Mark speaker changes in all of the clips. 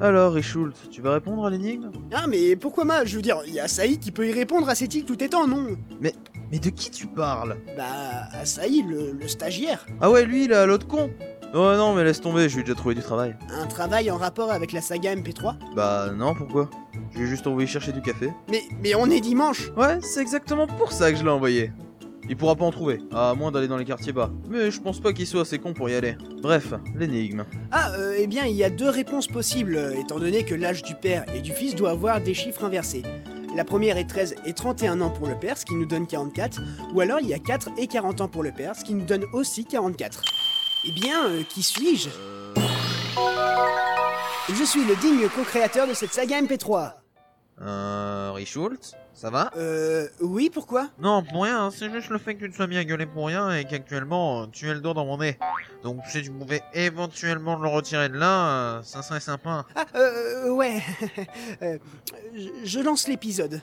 Speaker 1: Alors, Richult, tu vas répondre à l'énigme
Speaker 2: Ah, mais pourquoi moi Je veux dire, il y a Saïd qui peut y répondre à cette île tout étant, non
Speaker 1: Mais de qui tu parles
Speaker 2: Bah, à Saïd, le, le stagiaire.
Speaker 1: Ah ouais, lui, là, l'autre con Oh non, mais laisse tomber, je lui ai déjà trouvé du travail.
Speaker 2: Un travail en rapport avec la saga MP3.
Speaker 1: Bah non, pourquoi Je lui ai juste envoyé chercher du café.
Speaker 2: Mais, mais on est dimanche
Speaker 1: Ouais, c'est exactement pour ça que je l'ai envoyé. Il pourra pas en trouver, à moins d'aller dans les quartiers bas. Mais je pense pas qu'il soit assez con pour y aller. Bref, l'énigme.
Speaker 2: Ah, euh, eh bien, il y a deux réponses possibles, euh, étant donné que l'âge du père et du fils doit avoir des chiffres inversés. La première est 13 et 31 ans pour le père, ce qui nous donne 44, ou alors il y a 4 et 40 ans pour le père, ce qui nous donne aussi 44. Eh bien, euh, qui suis-je Je suis le digne co-créateur de cette saga MP3.
Speaker 1: Euh. Richult, ça va
Speaker 2: Euh, oui, pourquoi
Speaker 3: Non, pour rien, hein, c'est juste le fait que tu sois mis à gueuler pour rien et qu'actuellement euh, tu as le doigt dans mon nez. Donc si tu pouvais éventuellement le retirer de là, euh, ça serait sympa.
Speaker 2: Ah, euh, ouais. Euh, je, je lance l'épisode.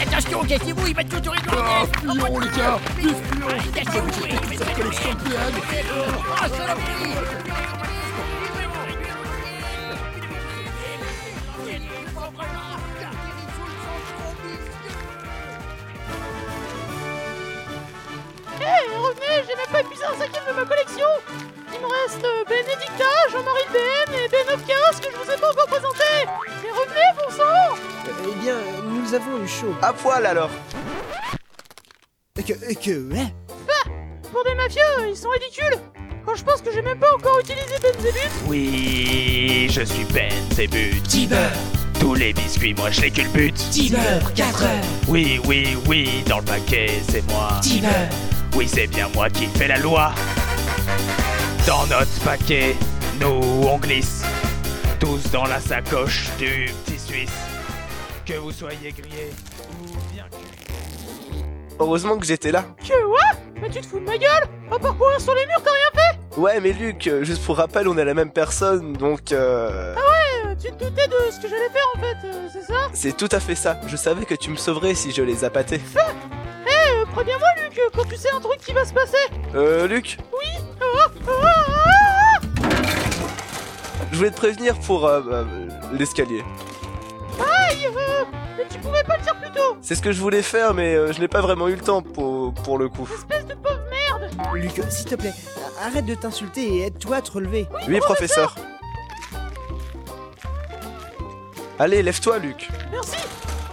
Speaker 4: Attention, cassez-vous, il va tout tourner dans le nez
Speaker 5: Fuyons les gars Des fuyons
Speaker 4: Cassez-vous, il va
Speaker 5: Cette collection de péages
Speaker 4: Oh, saloperie
Speaker 6: Eh, revenez, j'ai même pas épuisé un cinquième de ma collection Il me reste euh, Benedicta, Jean-Marie BM et Ben Hopkins que je vous ai pas encore présenté Mais revenez, bon sang
Speaker 2: Eh bien, euh, nous avons eu chaud. Euh,
Speaker 7: À poil alors
Speaker 2: Que, que, ouais.
Speaker 6: Pour des mafieux, ils sont ridicules Quand je pense que j'ai même pas encore utilisé Benzebut
Speaker 8: Oui, je suis Ben Zébut. Tous les biscuits, moi je les culbute.
Speaker 4: 10 heures, 4 heures,
Speaker 8: Oui, oui, oui, dans le paquet, c'est moi.
Speaker 4: 10 heures
Speaker 8: Oui, c'est bien moi qui fais la loi. Dans notre paquet, nous on glisse. Tous dans la sacoche du petit Suisse. Que vous soyez grillés ou bien cuits.
Speaker 7: Heureusement que j'étais là.
Speaker 6: Que ouais Mais tu te fous de ma gueule À part courir sur les murs, t'as rien
Speaker 7: Ouais, mais Luc, euh, juste pour rappel, on est la même personne, donc euh,
Speaker 6: fait euh, Tu te doutais de ce que j'allais faire en fait, euh, c'est ça
Speaker 7: c'est tout à fait ça. Je savais que tu me sauverais si je les appâtais.
Speaker 6: Eh, euh, préviens-moi Luc, euh, quand tu sais un truc qui va se passer
Speaker 7: Euh, Luc,
Speaker 6: Ah, ah, ah.
Speaker 7: je voulais te prévenir pour euh, euh, l'escalier.
Speaker 6: Euh, Mais tu pouvais pas le dire plus tôt
Speaker 7: C'est ce que je voulais faire, mais euh, je n'ai pas vraiment eu le temps pour, pour le coup.
Speaker 6: Espèce de pauvre merde
Speaker 2: Luc, s'il te plaît, arrête de t'insulter et aide-toi à te relever.
Speaker 7: Oui, professeur. Allez, lève-toi, Luc.
Speaker 6: Merci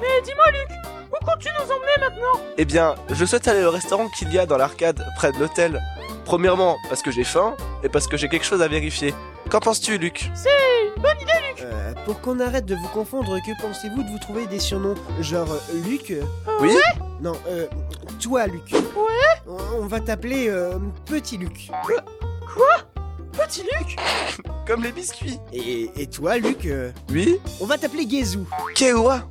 Speaker 6: Mais dis-moi Luc, où comptes-tu nous emmener maintenant
Speaker 7: Eh bien, je souhaite aller au restaurant qu'il y a dans l'arcade près de l'hôtel. Premièrement, parce que j'ai faim et parce que j'ai quelque chose à vérifier. Qu'en penses-tu, Luc
Speaker 6: C'est une bonne idée
Speaker 2: Euh, pour qu'on arrête de vous confondre, que pensez-vous de vous trouver des surnoms Genre euh, Luc euh,
Speaker 7: Oui
Speaker 2: Non, euh, toi Luc.
Speaker 6: Ouais
Speaker 2: On, on va t'appeler euh, Petit Luc.
Speaker 6: Petit Luc
Speaker 7: Comme les biscuits.
Speaker 2: Et, et toi Luc, euh,
Speaker 7: Oui
Speaker 2: on va t'appeler Gezou.
Speaker 7: Kewa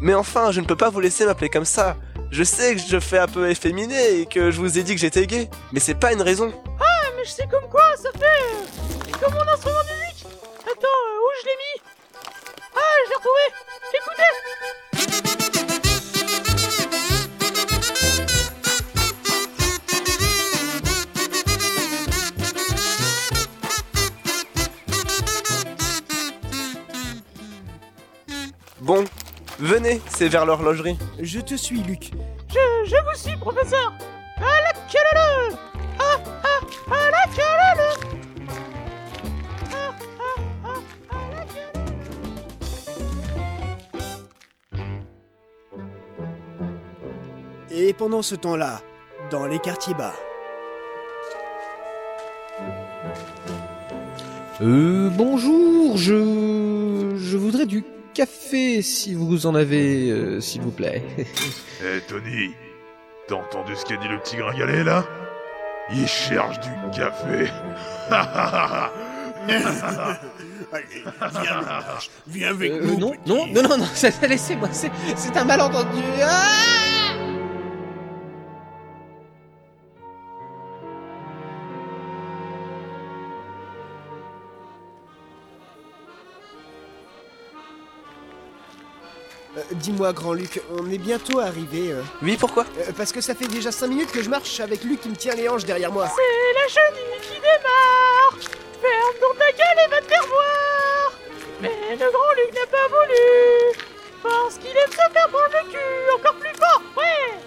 Speaker 7: Mais enfin, je ne peux pas vous laisser m'appeler comme ça. Je sais que je fais un peu efféminé et que je vous ai dit que j'étais gay, mais c'est pas une raison.
Speaker 6: Ah, mais je sais comme quoi, ça fait... euh, comme mon instrument de musique Attends, euh, où je l'ai mis Ah, je l'ai retrouvé Écoutez
Speaker 7: Bon, venez, c'est vers l'horlogerie.
Speaker 2: Je te suis Luc.
Speaker 6: Je, je vous suis, professeur À la calale Ah, ah, à la calale
Speaker 2: Et pendant ce temps-là, dans les quartiers bas.
Speaker 9: Euh, bonjour, je... je voudrais du café si vous en avez, euh, s'il vous plaît.
Speaker 5: Eh Tony, t'as entendu ce qu'a dit le petit gringalet là Il cherche du café.
Speaker 10: Allez, viens, Louche, viens avec
Speaker 9: Euh,
Speaker 10: nous.
Speaker 9: non,
Speaker 10: petit.
Speaker 9: non, non, non, non, ça- ça, laissez-moi, c'est c'est un malentendu. Ah
Speaker 2: Euh, Dis-moi, grand Luc, on est bientôt arrivé. euh,
Speaker 7: Oui, pourquoi
Speaker 2: euh, parce que ça fait déjà 5 minutes que je marche avec Luc qui me tient les hanches derrière moi.
Speaker 6: C'est la chenille qui démarre Ferme dans ta gueule et va te faire voir Mais le grand Luc n'a pas voulu Parce qu'il aime se faire prendre le cul encore plus fort Ouais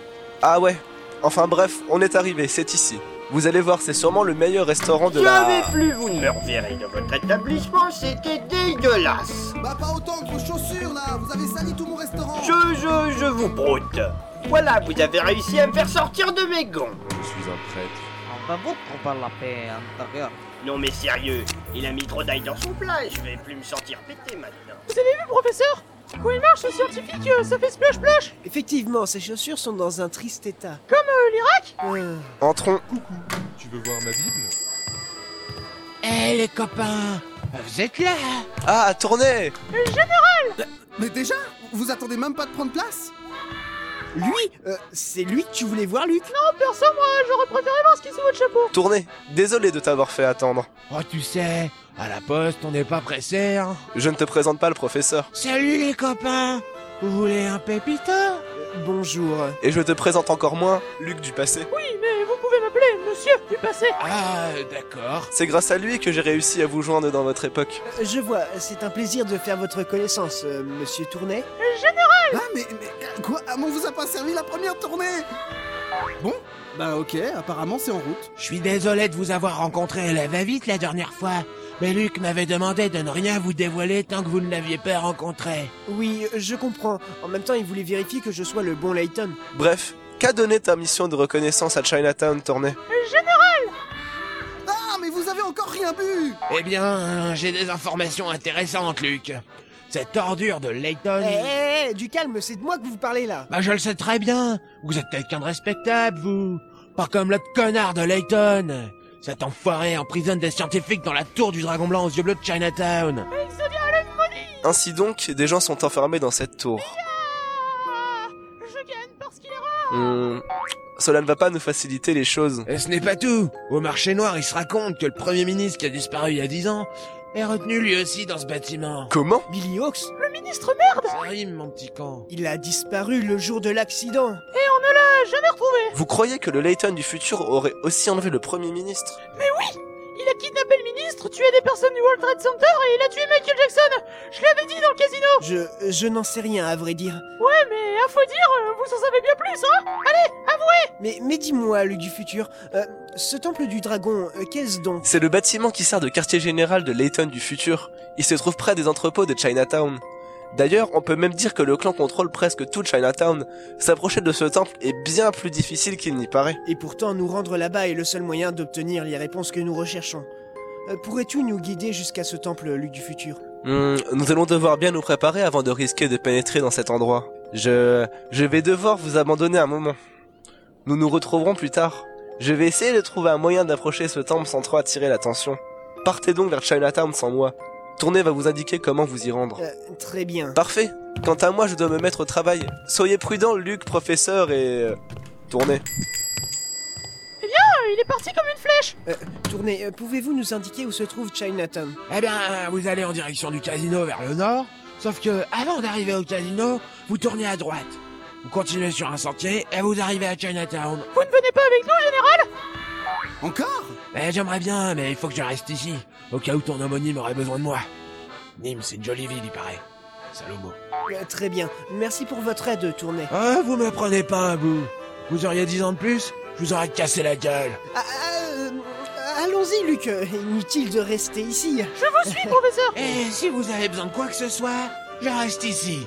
Speaker 7: Ah ouais. Enfin bref, on est arrivé, c'est ici. Vous allez voir, c'est sûrement le meilleur restaurant de la...
Speaker 8: plus vous ne me reverrez de votre établissement, c'était dégueulasse.
Speaker 11: Bah pas autant que vos chaussures là, vous avez sali tout mon restaurant
Speaker 8: Je, je, je vous broute. Voilà, vous avez réussi à me faire sortir de mes gonds.
Speaker 7: Je suis un prêtre.
Speaker 4: On va beaucoup par la paix intérieure.
Speaker 8: Non mais sérieux, il a mis trop d'ail dans son plat et je vais plus me sentir pété maintenant.
Speaker 6: Vous avez vu, professeur Quand il marche, ce scientifique, euh, ça fait splosh-splosh
Speaker 2: Effectivement, ses chaussures sont dans un triste état.
Speaker 6: Comme euh, l'Irak
Speaker 2: Euh,
Speaker 7: Entrons.
Speaker 12: Tu veux voir ma Bible
Speaker 13: Eh les copains, vous êtes là
Speaker 7: Ah, tournez
Speaker 6: Général
Speaker 11: Mais déjà, vous attendez même pas de prendre place
Speaker 2: Lui Euh, C'est lui que tu voulais voir, Luc
Speaker 6: Non, perso, moi, j'aurais préféré voir ce qui sous votre chapeau
Speaker 7: Tournez. Désolé de t'avoir fait attendre.
Speaker 4: Oh, tu sais, à la poste, on n'est pas pressé, hein.
Speaker 7: Je ne te présente pas le professeur.
Speaker 4: Salut les copains Vous voulez un pépito
Speaker 2: Bonjour.
Speaker 7: Et je te présente encore moins Luc du passé.
Speaker 6: Oui, mais vous pouvez m'appeler monsieur du passé
Speaker 4: Ah, d'accord.
Speaker 7: C'est grâce à lui que j'ai réussi à vous joindre dans votre époque.
Speaker 2: Euh, Je vois, c'est un plaisir de faire votre connaissance, euh, monsieur Tournet.
Speaker 6: Général
Speaker 11: Ah mais, mais euh, quoi Ah, mais on vous a pas servi la première tournée Bon, bah ok, apparemment c'est en route.
Speaker 4: Je suis désolé de vous avoir rencontré à la va-vite la dernière fois, mais Luc m'avait demandé de ne rien vous dévoiler tant que vous ne l'aviez pas rencontré.
Speaker 2: Oui, euh, je comprends. En même temps, il voulait vérifier que je sois le bon Layton.
Speaker 7: Bref, qu'a donné ta mission de reconnaissance à Chinatown, tournée
Speaker 6: Général
Speaker 11: Ah mais vous avez encore rien bu
Speaker 4: Eh bien, j'ai des informations intéressantes, Luc. Cette ordure de Layton...
Speaker 2: Eh, eh, eh, du calme, c'est de moi que vous parlez là.
Speaker 4: Bah je le sais très bien. Vous êtes quelqu'un de respectable, vous. Pas comme l'autre connard de Layton. Cet enfoiré emprisonne des scientifiques dans la tour du dragon blanc aux yeux bleus de Chinatown.
Speaker 6: Xavier le maudit
Speaker 7: Ainsi donc, des gens sont enfermés dans cette tour.
Speaker 6: Ah, Je gagne parce qu'il est rare
Speaker 7: Hmm, Cela ne va pas nous faciliter les choses.
Speaker 4: Et ce n'est pas tout. Au marché noir, il se raconte que le premier ministre qui a disparu il y a dix ans est retenu lui aussi dans ce bâtiment.
Speaker 7: Comment
Speaker 2: Billy Hawks
Speaker 6: Le ministre merde
Speaker 4: Ça rime, mon petit con.
Speaker 2: Il a disparu le jour de l'accident.
Speaker 6: Et on ne l'a jamais retrouvé
Speaker 7: Vous croyez que le Layton du futur aurait aussi enlevé le Premier ministre
Speaker 6: Mais oui Il a kidnappé le ministre, tué des personnes du World Trade Center et il a tué Michael Jackson Je l'avais dit dans le casino
Speaker 2: Je, je n'en sais rien, à vrai dire.
Speaker 6: Ouais, mais à faut dire, euh, vous en savez bien plus, hein Allez, avouez
Speaker 2: Mais, mais dis-moi, Luc du futur, euh, ce temple du dragon, euh, qu'est-ce donc
Speaker 7: C'est le bâtiment qui sert de quartier général de Layton du futur. Il se trouve près des entrepôts de Chinatown. D'ailleurs, on peut même dire que le clan contrôle presque tout Chinatown. S'approcher de ce temple est bien plus difficile qu'il n'y paraît.
Speaker 2: Et pourtant, nous rendre là-bas est le seul moyen d'obtenir les réponses que nous recherchons. Euh, Pourrais-tu nous guider jusqu'à ce temple, Luc du futur
Speaker 7: Hmm, nous allons devoir bien nous préparer avant de risquer de pénétrer dans cet endroit. Je... Je vais devoir vous abandonner un moment. Nous nous retrouverons plus tard. Je vais essayer de trouver un moyen d'approcher ce temple sans trop attirer l'attention. Partez donc vers Chinatown sans moi. Tournée va vous indiquer comment vous y rendre.
Speaker 2: Euh, Très bien.
Speaker 7: Parfait. Quant à moi, je dois me mettre au travail. Soyez prudent, Luc, professeur, et... euh, Tournez.
Speaker 6: Eh bien, il est parti comme une flèche
Speaker 2: Euh, tournez, euh, pouvez-vous nous indiquer où se trouve Chinatown
Speaker 4: Eh bien, vous allez en direction du casino vers le nord, sauf que avant d'arriver au casino, vous tournez à droite. Vous continuez sur un sentier et vous arrivez à Chinatown.
Speaker 6: Vous ne venez pas avec nous, général
Speaker 11: Encore
Speaker 4: Eh, j'aimerais bien, mais il faut que je reste ici, au cas où ton homonyme aurait besoin de moi. Nîmes, c'est une jolie ville, il paraît. Salomo.
Speaker 2: Euh, Très bien. Merci pour votre aide, tournez.
Speaker 4: Ah, vous me prenez pas à bout. Vous auriez dix ans de plus, je vous aurais cassé la gueule.
Speaker 2: Ah, ah, euh, Allons-y, Luc. euh, Inutile de rester ici.
Speaker 6: Je vous suis, professeur
Speaker 4: Et Eh, si vous avez besoin de quoi que ce soit, je reste ici.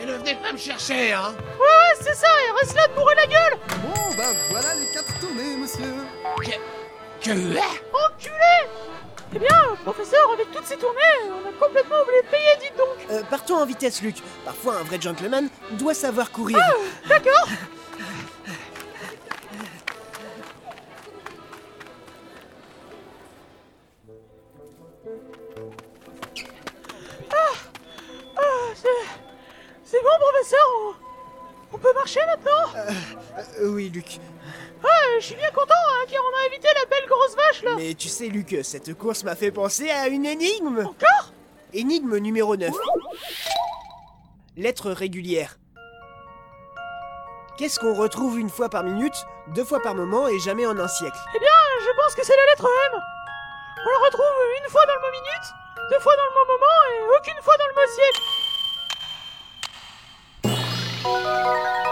Speaker 4: Et ne venez pas me chercher, hein
Speaker 6: Ouais, c'est ça, et reste là de bourrer la gueule
Speaker 11: Bon, bah voilà les quatre tournées, monsieur
Speaker 4: Que...
Speaker 6: Enculé Eh bien, Professeur, avec toutes ces tournées, on a complètement oublié de payer, dites donc
Speaker 2: Euh, partons en vitesse, Luc. Parfois, un vrai gentleman doit savoir courir.
Speaker 6: D'accord Ah Ah C'est c'est bon, professeur on... on peut marcher maintenant
Speaker 2: Euh, oui, Luc.
Speaker 6: Ouais, je suis bien content hein, qu'on a évité la belle grosse vache là
Speaker 2: Mais tu sais, Luc, cette course m'a fait penser à une énigme. Encore Énigme numéro 9. Lettre régulière. Qu'est-ce qu'on retrouve une fois par minute, deux fois par moment et jamais en un siècle
Speaker 6: Eh bien, je pense que c'est la lettre M On la retrouve une fois dans le mot minute, deux fois dans le mot moment et aucune fois dans le mot siècle Encore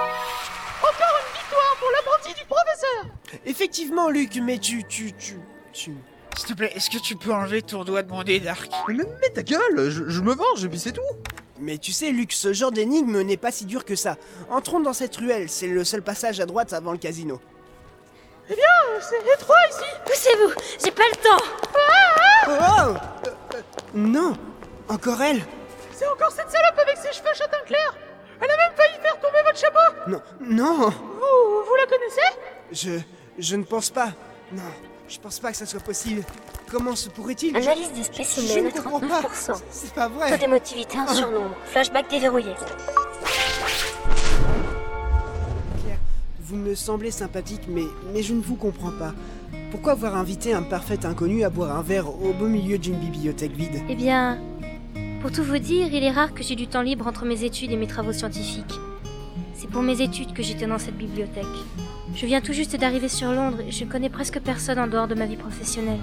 Speaker 6: une victoire pour l'apprenti du professeur
Speaker 2: Effectivement, Luc, mais tu. tu. tu. tu.
Speaker 14: S'il te plaît, est-ce que tu peux enlever ton doigt de mon nez, Dark
Speaker 15: Mais, mais ta gueule je, je me venge et puis c'est tout
Speaker 2: Mais tu sais, Luc, ce genre d'énigme n'est pas si dur que ça. Entrons dans cette ruelle, c'est le seul passage à droite avant le casino.
Speaker 6: Eh bien, c'est étroit ici
Speaker 16: Poussez-vous J'ai pas le temps
Speaker 2: Oh Euh, euh, Non Encore elle
Speaker 6: C'est encore cette salope avec ses cheveux châtain clair Elle a même failli faire tomber votre chapeau
Speaker 2: Non, non
Speaker 6: Vous, vous la connaissez
Speaker 2: Je. je ne pense pas. Non, je pense pas que ça soit possible. Comment se pourrait-il
Speaker 16: Analyse des
Speaker 2: Je ne
Speaker 16: spécimens à
Speaker 2: comprends pas.
Speaker 16: 39%.
Speaker 2: C'est pas vrai. Ah.
Speaker 16: Taux d'émotivité 1 sur nombre. Flashback déverrouillé.
Speaker 2: Claire, vous me semblez sympathique, mais, mais je ne vous comprends pas. Pourquoi avoir invité un parfait inconnu à boire un verre au beau milieu d'une bibliothèque vide
Speaker 16: Eh bien, pour tout vous dire, il est rare que j'ai du temps libre entre mes études et mes travaux scientifiques. C'est pour mes études que j'étais dans cette bibliothèque. Je viens tout juste d'arriver sur Londres et je connais presque personne en dehors de ma vie professionnelle.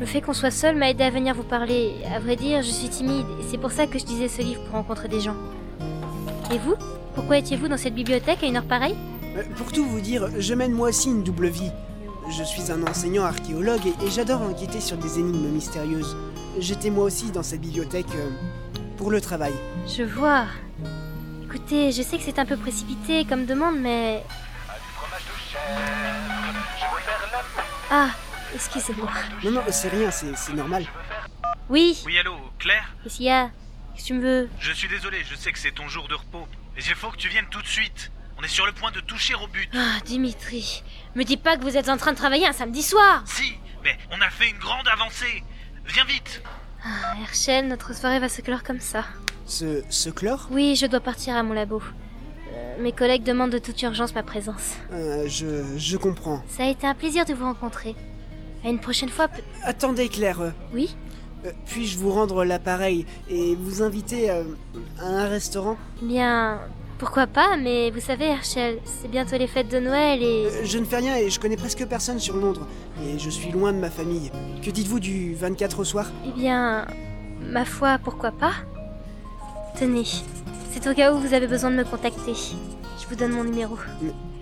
Speaker 16: Le fait qu'on soit seul m'a aidé à venir vous parler. À vrai dire, je suis timide et c'est pour ça que je disais ce livre pour rencontrer des gens. Et vous Pourquoi étiez-vous dans cette bibliothèque à une heure pareille
Speaker 2: Euh, Pour tout vous dire, je mène moi aussi une double vie. Je suis un enseignant archéologue et, et j'adore enquêter sur des énigmes mystérieuses. J'étais moi aussi dans cette bibliothèque euh, pour le travail.
Speaker 16: Je vois. Écoutez, je sais que c'est un peu précipité comme demande, mais... Ah, excusez-moi.
Speaker 2: Non, non, c'est rien, c'est c'est normal.
Speaker 16: Oui,
Speaker 17: Oui, allô, Claire
Speaker 16: qu'est-ce qu'il y a Qu'est-ce que tu me veux
Speaker 17: Je suis désolé, je sais que c'est ton jour de repos, mais il faut que tu viennes tout de suite. On est sur le point de toucher au but.
Speaker 16: Ah, Dimitri, me dis pas que vous êtes en train de travailler un samedi soir
Speaker 17: Si, mais on a fait une grande avancée. Viens vite.
Speaker 16: Ah, Herschel, notre soirée va se clore comme ça.
Speaker 2: Ce, ce chlore
Speaker 16: Oui, je dois partir à mon labo. Euh, Mes collègues demandent de toute urgence ma présence.
Speaker 2: Euh, je, je comprends.
Speaker 16: Ça a été un plaisir de vous rencontrer. À une prochaine fois, peut-
Speaker 2: Attendez, Claire. euh,
Speaker 16: Oui
Speaker 2: euh, Puis-je vous rendre l'appareil et vous inviter euh, à un restaurant
Speaker 16: eh Bien, pourquoi pas, mais vous savez, Herschel, c'est bientôt les fêtes de Noël et...
Speaker 2: Euh, Je ne fais rien et je connais presque personne sur Londres. Et je suis loin de ma famille. Que dites-vous du 24 au soir
Speaker 16: Eh bien, ma foi, pourquoi pas Tenez, c'est au cas où vous avez besoin de me contacter. Je vous donne mon numéro.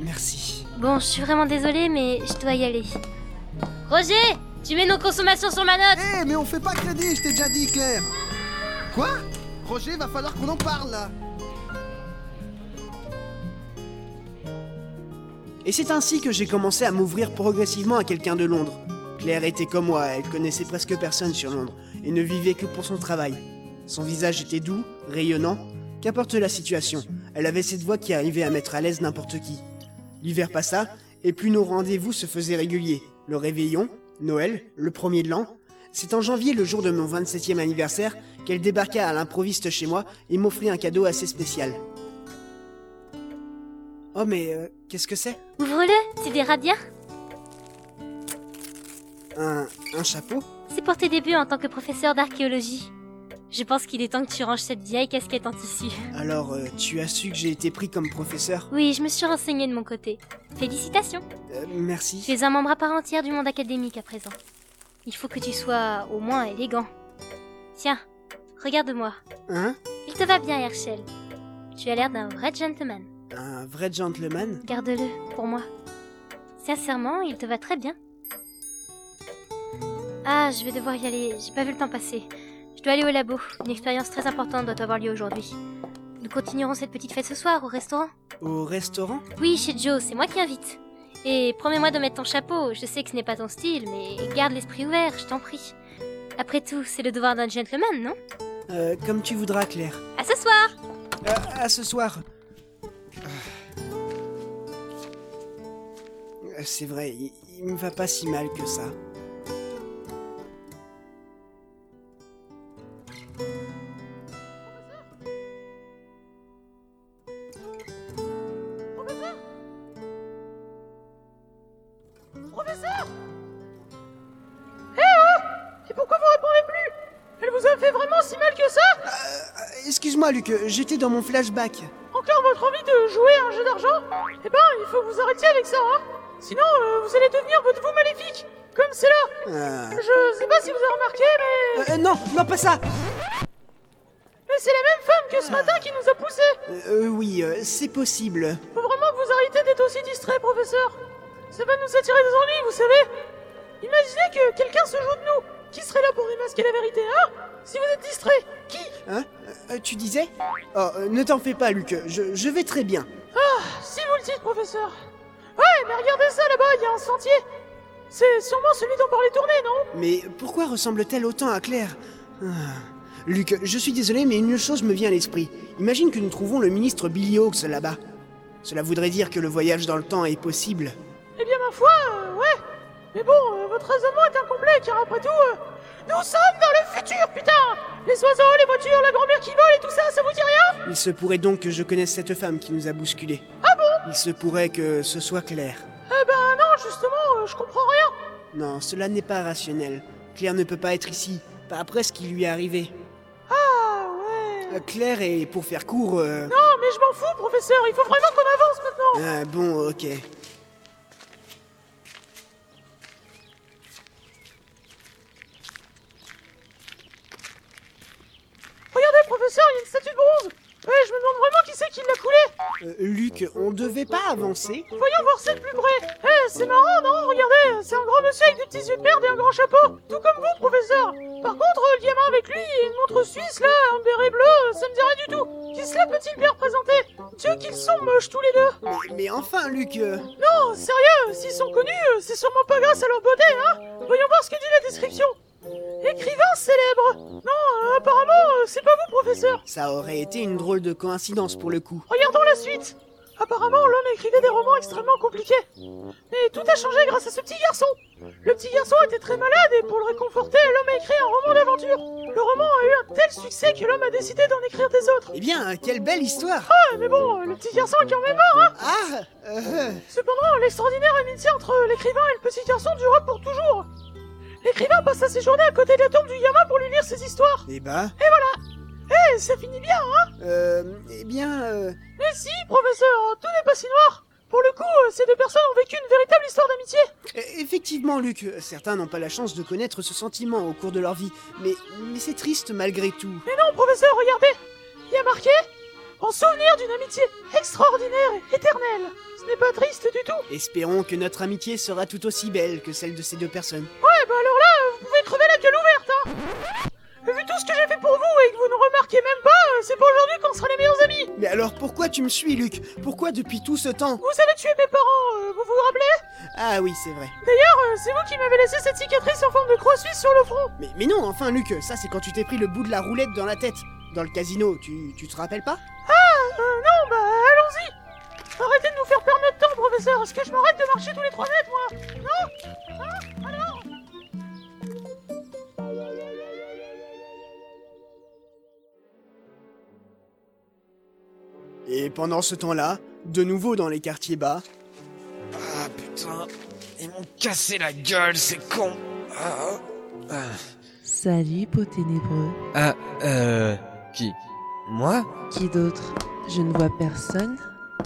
Speaker 2: Merci.
Speaker 16: Bon, je suis vraiment désolée, mais je dois y aller. Roger Tu mets nos consommations sur ma note
Speaker 11: Eh, mais on fait pas crédit, je t'ai déjà dit, Claire Quoi Roger, va falloir qu'on en parle, là
Speaker 2: Et c'est ainsi que j'ai commencé à m'ouvrir progressivement à quelqu'un de Londres. Claire était comme moi, elle connaissait presque personne sur Londres et ne vivait que pour son travail. Son visage était doux, rayonnant, qu'importe la situation, elle avait cette voix qui arrivait à mettre à l'aise n'importe qui. L'hiver passa, et plus nos rendez-vous se faisaient réguliers. Le réveillon, Noël, le premier de l'an. C'est en janvier, le jour de mon 27e anniversaire, qu'elle débarqua à l'improviste chez moi et m'offrit un cadeau assez spécial. Oh mais euh, qu'est-ce que c'est
Speaker 16: Ouvre-le, tu verras bien.
Speaker 2: Un, un chapeau
Speaker 16: C'est pour tes débuts en tant que professeur d'archéologie. Je pense qu'il est temps que tu ranges cette vieille casquette en tissu.
Speaker 2: Alors, euh, tu as su que j'ai été pris comme professeur
Speaker 16: Oui, je me suis renseignée de mon côté. Félicitations
Speaker 2: Euh, Merci.
Speaker 16: Tu es un membre à part entière du monde académique à présent. Il faut que tu sois au moins élégant. Tiens, regarde-moi.
Speaker 2: Hein
Speaker 16: Il te va bien, Herschel. Tu as l'air d'un vrai gentleman.
Speaker 2: Un vrai gentleman
Speaker 16: Garde-le pour moi. Sincèrement, il te va très bien. Ah, je vais devoir y aller. J'ai pas vu le temps passer. Je dois aller au labo. Une expérience très importante doit avoir lieu aujourd'hui. Nous continuerons cette petite fête ce soir au restaurant.
Speaker 2: Au restaurant
Speaker 16: Oui, chez Joe, c'est moi qui invite. Et promets-moi de mettre ton chapeau. Je sais que ce n'est pas ton style, mais garde l'esprit ouvert, je t'en prie. Après tout, c'est le devoir d'un gentleman, non
Speaker 2: Euh, comme tu voudras, Claire.
Speaker 16: À ce soir
Speaker 2: Euh, à ce soir. Ah. Euh, C'est vrai, il, il me va pas si mal que ça.
Speaker 6: Professeur Eh oh Et pourquoi vous répondez plus Elle vous a fait vraiment si mal que ça
Speaker 2: Euh, Excuse-moi, Luc, euh, j'étais dans mon flashback.
Speaker 6: Encore votre envie de jouer à un jeu d'argent Eh ben, il faut que vous arrêtiez avec ça, hein Sinon, euh, vous allez devenir votre vous maléfique Comme c'est là
Speaker 2: Ah.
Speaker 6: Je sais pas si vous avez remarqué, mais...
Speaker 2: Euh, non, non, pas ça
Speaker 6: Mais c'est la même femme que ce matin qui nous a poussés
Speaker 2: Euh, euh, oui, euh, c'est possible.
Speaker 6: Faut vraiment que vous arrêtez d'être aussi distrait, professeur Ça va nous attirer des ennuis, vous savez Imaginez que quelqu'un se joue de nous Qui serait là pour démasquer la vérité, hein Si vous êtes distrait, qui
Speaker 2: Hein Euh, Tu disais Oh, euh, ne t'en fais pas, Luc, je, je vais très bien.
Speaker 6: Ah, si vous le dites, professeur Ouais, mais regardez ça là-bas, il y a un sentier C'est sûrement celui dont parlait Tourné, non
Speaker 2: Mais pourquoi ressemble-t-elle autant à Claire Ah. Luc, je suis désolé, mais une chose me vient à l'esprit. Imagine que nous trouvons le ministre Billy Hawks là-bas. Cela voudrait dire que le voyage dans le temps est possible.
Speaker 6: Eh bien, ma foi, euh, ouais Mais bon, euh, votre raisonnement est incomplet, car après tout, euh, nous sommes dans le futur, putain Les oiseaux, les voitures, la grand-mère qui vole et tout ça, ça vous dit rien
Speaker 2: Il se pourrait donc que je connaisse cette femme qui nous a bousculés.
Speaker 6: Ah bon
Speaker 2: Il se pourrait que ce soit Claire.
Speaker 6: Eh ben non, justement, euh, je comprends rien
Speaker 2: Non, cela n'est pas rationnel. Claire ne peut pas être ici, pas après ce qui lui est arrivé.
Speaker 6: Ah, ouais
Speaker 2: Euh, Claire est, pour faire court... euh,
Speaker 6: Non, Ah, mais je m'en fous, professeur, il faut vraiment qu'on avance maintenant
Speaker 2: Ah bon, ok.
Speaker 6: Regardez, professeur, il y a une statue de bronze Ouais, je me demande vraiment qui c'est qui l'a coulée
Speaker 2: Euh, Luc, on devait pas avancer
Speaker 6: Voyons voir ça de plus près. Eh, c'est marrant, non Regardez, c'est un grand monsieur avec des petits yeux de merde et un grand chapeau, tout comme vous, professeur. Par contre, euh, le gamin avec lui, il a une montre suisse, là, un béret bleu, euh, ça me dit rien du tout. Qui cela peut-il bien représenter Dieu, qu'ils sont moches tous les deux.
Speaker 2: Mais, mais enfin, Luc... euh,
Speaker 6: Non, sérieux, s'ils sont connus, euh, c'est sûrement pas grâce à leur beauté, hein Voyons voir ce que dit la description. Écrivain célèbre Non, euh, apparemment, euh, c'est pas vous, professeur.
Speaker 2: Ça aurait été une drôle de coïncidence pour le coup.
Speaker 6: Regardons la suite. Apparemment, l'homme écrivait des romans extrêmement compliqués. Mais tout a changé grâce à ce petit garçon. Le petit garçon était très malade et pour le réconforter, l'homme a écrit un roman d'aventure. Le roman a eu un tel succès que l'homme a décidé d'en écrire des autres.
Speaker 2: Eh bien, quelle belle histoire
Speaker 6: Ah, mais bon, le petit garçon est quand même mort, hein
Speaker 2: Ah euh,
Speaker 6: Cependant, l'extraordinaire amitié entre l'écrivain et le petit garçon dura pour toujours. L'écrivain passa ses journées à côté de la tombe du gamin pour lui lire ses histoires.
Speaker 2: Eh ben...
Speaker 6: Et voilà Eh, ça finit bien, hein
Speaker 2: Euh, eh bien... euh,
Speaker 6: Mais si, professeur, tout n'est pas si noir Pour le coup, euh, ces deux personnes ont vécu une véritable histoire d'amitié
Speaker 2: e- Effectivement, Luc, certains n'ont pas la chance de connaître ce sentiment au cours de leur vie, mais, mais c'est triste malgré tout.
Speaker 6: Mais non, professeur, regardez Il y a marqué En souvenir d'une amitié extraordinaire et éternelle Ce n'est pas triste du tout
Speaker 2: Espérons que notre amitié sera tout aussi belle que celle de ces deux personnes.
Speaker 6: Ouais, bah alors là, euh, vous pouvez crever la gueule ouverte, hein Vu tout ce que j'ai fait pour vous et que vous ne remarquez même pas, euh, c'est pas aujourd'hui qu'on sera les meilleurs amis
Speaker 2: Mais alors pourquoi tu me suis, Luc Pourquoi depuis tout ce temps
Speaker 6: Vous avez tué mes parents, euh, vous vous rappelez
Speaker 2: Ah oui, c'est vrai.
Speaker 6: D'ailleurs, euh, c'est vous qui m'avez laissé cette cicatrice en forme de croix suisse sur le front
Speaker 2: Mais, mais non, enfin, Luc, ça c'est quand tu t'es pris le bout de la roulette dans la tête. Dans le casino, tu, tu te rappelles pas
Speaker 6: Ah, euh, non, bah allons-y Arrêtez de nous faire perdre notre temps, professeur Est-ce que je m'arrête de marcher tous les trois mètres, moi Non Hein Alors
Speaker 2: Et pendant ce temps-là, de nouveau dans les quartiers bas,
Speaker 4: Ah putain, ils m'ont cassé la gueule, c'est con. Ah, ah.
Speaker 18: Salut, peau ténébreux.
Speaker 4: Ah, euh. Qui Moi
Speaker 18: Qui d'autre Je ne vois personne,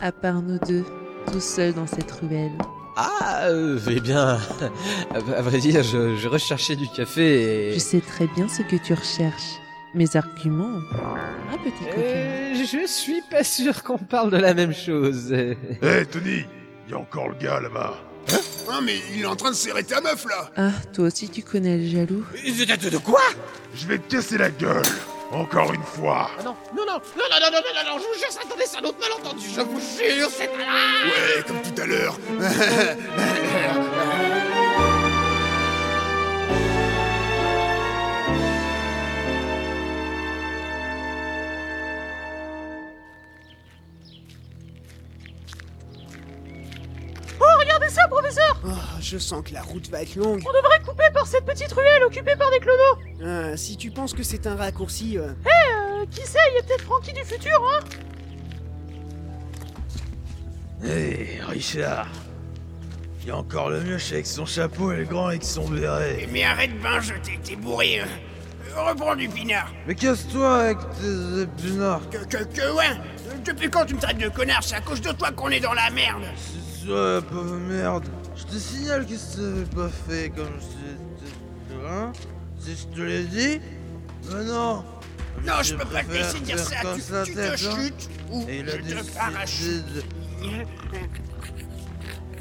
Speaker 18: à part nous deux, tout seuls dans cette ruelle.
Speaker 9: Ah, euh, eh bien, à à vrai dire, je, je recherchais du café et...
Speaker 18: Je sais très bien ce que tu recherches. Mes arguments
Speaker 6: Ah,
Speaker 18: Un petit coquin.
Speaker 9: Euh, je suis pas sûr qu'on parle de la même chose. Euh,
Speaker 5: Hé, Eh, Tony, il y a encore le gars là-bas.
Speaker 10: Hein, mais il est en train de serrer ta meuf là
Speaker 18: Ah, toi aussi tu connais le jaloux
Speaker 10: De, quoi
Speaker 5: Je vais te casser la gueule. Encore une fois.
Speaker 6: Ah, Non, non, non, non, non, non, non, non, non, je vous jure, ça, attendez, c'est un autre malentendu, je vous jure, c'est pas là
Speaker 10: Ouais, comme tout à l'heure.
Speaker 6: ça, professeur
Speaker 2: Oh, je sens que la route va être longue.
Speaker 6: On devrait couper par cette petite ruelle occupée par des clodos
Speaker 2: Euh, si tu penses que c'est un raccourci, euh,
Speaker 6: Hé, euh, qui sait, il y a peut-être Francky du futur, hein
Speaker 1: Hé, Richard Il y a encore le mieux, c'est avec son chapeau et le grand avec son béret.
Speaker 10: Mais arrête, ben, je t'ai t'es bourré. hein. Euh, Reprends du pinard.
Speaker 1: Mais casse-toi avec tes pinards
Speaker 10: Que, que, que, ouais. Euh, Depuis quand tu me traites de connard C'est à cause de toi qu'on est dans la merde.
Speaker 1: Toi, pauvre merde Je te signale que tu n'avais pas fait comme je te... Hein Si je te l'ai dit Mais non
Speaker 10: Non, je peux pas te
Speaker 1: préfère
Speaker 10: laisser dire
Speaker 1: faire
Speaker 10: ça.
Speaker 1: comme
Speaker 10: Tu-
Speaker 1: ça,
Speaker 10: tu
Speaker 1: t'es
Speaker 10: te
Speaker 1: bien.
Speaker 10: chutes ou
Speaker 1: Et il a
Speaker 10: je te
Speaker 1: décidé
Speaker 10: parachute.
Speaker 1: de-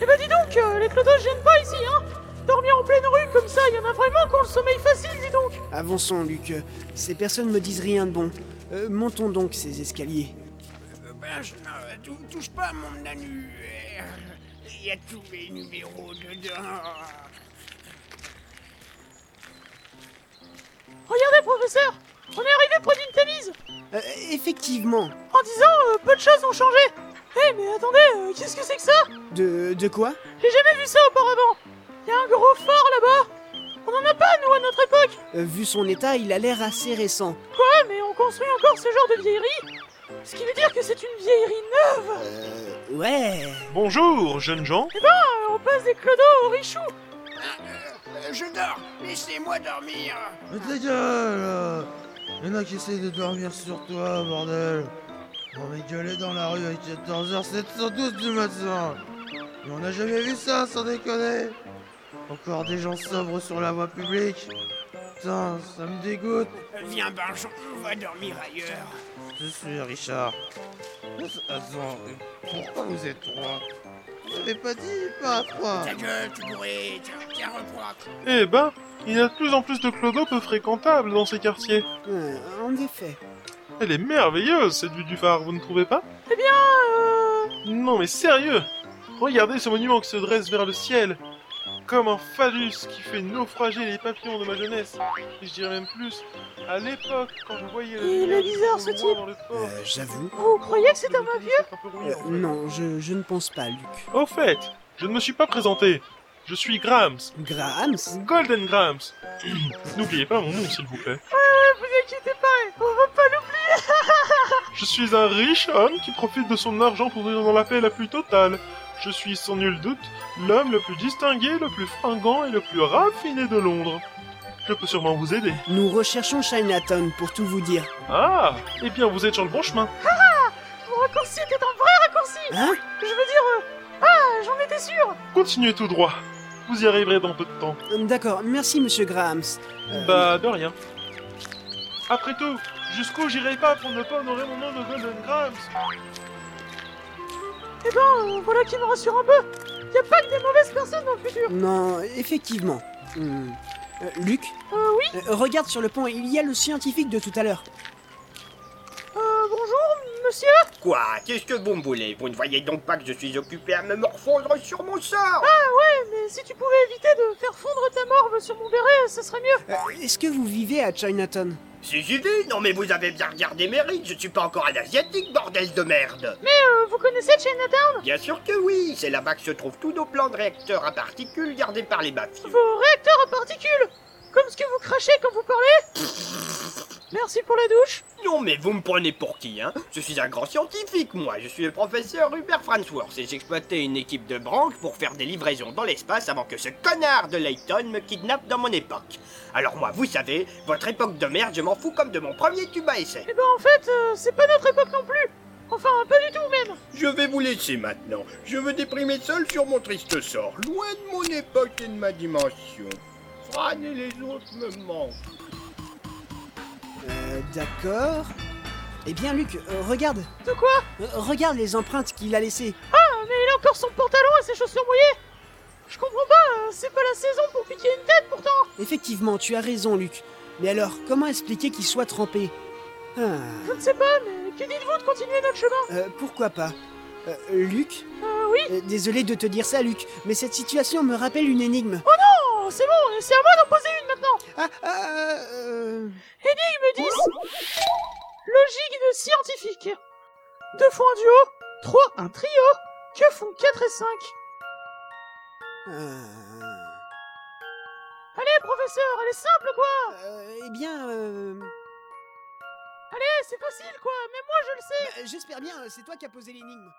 Speaker 6: Eh ben dis donc, euh, les clodos se gênent pas ici, hein Dormir en pleine rue comme ça, il y en a vraiment qui ont le sommeil facile, dis donc
Speaker 2: avançons, Luc. Euh, Ces personnes me disent rien de bon. Euh, montons donc ces escaliers.
Speaker 10: Euh, Ben, je, euh, tou- touche pas à mon annuaire. Il y a tous mes numéros dedans.
Speaker 6: Regardez, professeur On est arrivé près d'une Tamise
Speaker 2: Euh, effectivement.
Speaker 6: En disant, euh, peu de choses ont changé Eh, mais attendez, euh, qu'est-ce que c'est que ça
Speaker 2: De, de quoi
Speaker 6: J'ai jamais vu ça auparavant Il y a un gros fort là-bas On en a pas, nous, à notre époque
Speaker 2: Euh, Vu son état, il a l'air assez récent.
Speaker 6: Quoi Mais on construit encore ce genre de vieillerie Ce qui veut dire que c'est une vieillerie neuve
Speaker 2: Ouais
Speaker 19: Bonjour, jeunes gens
Speaker 6: Eh ben, euh, on passe des clodos aux richoux
Speaker 10: Euh, Je dors. Laissez-moi dormir.
Speaker 1: Mais ta gueule Y'en a qui essayent de dormir sur toi, bordel On va gueuler dans la rue à 14h712 du matin Et on n'a jamais vu ça, sans déconner Encore des gens sobres sur la voie publique Putain, ça me dégoûte
Speaker 10: Euh, Viens, ben, je- on va dormir ailleurs.
Speaker 1: Je suis Richard. Attends, pourquoi vous êtes trois Je l'avais pas dit, pas trois
Speaker 10: Ta gueule, tu bourré. Tiens, tiens, reprends.
Speaker 19: Eh ben, il y a de plus en plus de clodos peu fréquentables dans ces quartiers.
Speaker 2: Euh, en effet.
Speaker 19: Elle est merveilleuse, cette vue du phare, vous ne trouvez pas
Speaker 6: Eh bien, euh...
Speaker 19: Non mais sérieux Regardez ce monument qui se dresse vers le ciel Comme un phallus qui fait naufrager les papillons de ma jeunesse. Et je dirais même plus, à l'époque, quand je voyais le...
Speaker 6: Il
Speaker 19: lumière
Speaker 6: est bizarre ce
Speaker 19: du jour dans
Speaker 6: type
Speaker 19: le-
Speaker 2: Euh, J'avoue.
Speaker 6: Vous croyez que c'est un
Speaker 2: Euh,
Speaker 6: mafieux
Speaker 2: non, je, je ne pense pas, Luc.
Speaker 19: Au fait, je ne me suis pas présenté. Je suis Grams.
Speaker 2: Grams
Speaker 19: Golden Grams. N'oubliez pas mon nom, s'il vous plaît.
Speaker 6: Ouais, ouais, vous inquiétez pas, on va pas l'oublier
Speaker 19: Je suis un riche homme qui profite de son argent pour vivre dans la paix la plus totale. Je suis sans nul doute l'homme le plus distingué, le plus fringant et le plus raffiné de Londres. Je peux sûrement vous aider.
Speaker 2: Nous recherchons Chinatown pour tout vous dire.
Speaker 19: Ah Eh bien, vous êtes sur le bon chemin.
Speaker 6: Ah Mon raccourci était un vrai raccourci
Speaker 2: Hein
Speaker 6: Je veux dire... euh, Ah, j'en étais sûr
Speaker 19: Continuez tout droit. Vous y arriverez dans peu de temps.
Speaker 2: Euh, D'accord, merci, monsieur Grams. Euh,
Speaker 19: Bah, de rien. Après tout, jusqu'où j'irai pas pour ne pas honorer mon nom de Golden Grams
Speaker 6: Eh ben, euh, voilà qui me rassure un peu Y a pas que des mauvaises personnes dans le futur
Speaker 2: Non, effectivement. Hmm. Euh, Luc Euh,
Speaker 6: oui
Speaker 2: Regarde sur le pont, il y a le scientifique de tout à l'heure.
Speaker 6: Euh, bonjour, monsieur
Speaker 8: Quoi Qu'est-ce que vous me voulez Vous ne voyez donc pas que je suis occupé à me morfondre sur mon
Speaker 6: Ah
Speaker 8: sort
Speaker 6: ouais, mais si tu pouvais éviter de faire fondre ta morve sur mon béret, ça serait mieux
Speaker 2: Euh, Est-ce que vous vivez à Chinatown
Speaker 8: Si j'y vais, non mais vous avez bien regardé mes rides, je suis pas encore un asiatique, bordel de merde
Speaker 6: Mais euh, vous connaissez Chinatown
Speaker 8: Bien sûr que oui, c'est là-bas que se trouvent tous nos plans de réacteurs à particules gardés par les mafieux.
Speaker 6: Vos réacteurs à particules Comme ce que vous crachez quand vous parlez Merci pour la douche
Speaker 8: Non mais vous me prenez pour qui, hein Je suis un grand scientifique, moi. Je suis le professeur Hubert Farnsworth et j'exploitais une équipe de branques pour faire des livraisons dans l'espace avant que ce connard de Layton me kidnappe dans mon époque. Alors moi, vous savez, votre époque de merde, je m'en fous comme de mon premier tube à essai.
Speaker 6: Eh ben en fait, euh, c'est pas notre époque non plus Enfin, pas du tout même
Speaker 8: Je vais vous laisser maintenant. Je veux déprimer seul sur mon triste sort, loin de mon époque et de ma dimension. Fran et les autres me manquent.
Speaker 2: Euh, D'accord. Eh bien, Luc, euh, regarde. Euh,
Speaker 6: De quoi
Speaker 2: Regarde les empreintes qu'il a laissées.
Speaker 6: Ah, mais il a encore son pantalon et ses chaussures mouillées Je comprends pas, euh, c'est pas la saison pour piquer une tête pourtant
Speaker 2: Effectivement, tu as raison, Luc. Mais alors, comment expliquer qu'il soit trempé Ah,
Speaker 6: Je ne sais pas, mais que dites-vous de continuer notre chemin
Speaker 2: euh, Pourquoi pas Euh, Luc
Speaker 6: Ah
Speaker 2: Euh,
Speaker 6: oui
Speaker 2: Désolé de te dire ça, Luc, mais cette situation me rappelle une énigme.
Speaker 6: Oh non C'est bon, c'est à moi d'en poser une maintenant
Speaker 2: Ah, ah, euh...
Speaker 6: Énigme 10 Logique de scientifique 2 fois un duo, 3 un trio, que font 4 et 5
Speaker 2: Euh,
Speaker 6: Allez, professeur, elle est simple, quoi
Speaker 2: eh bien, euh,
Speaker 6: Allez, Eh, c'est facile, quoi Même moi, je le sais
Speaker 2: J'espère bien, c'est toi qui as posé l'énigme.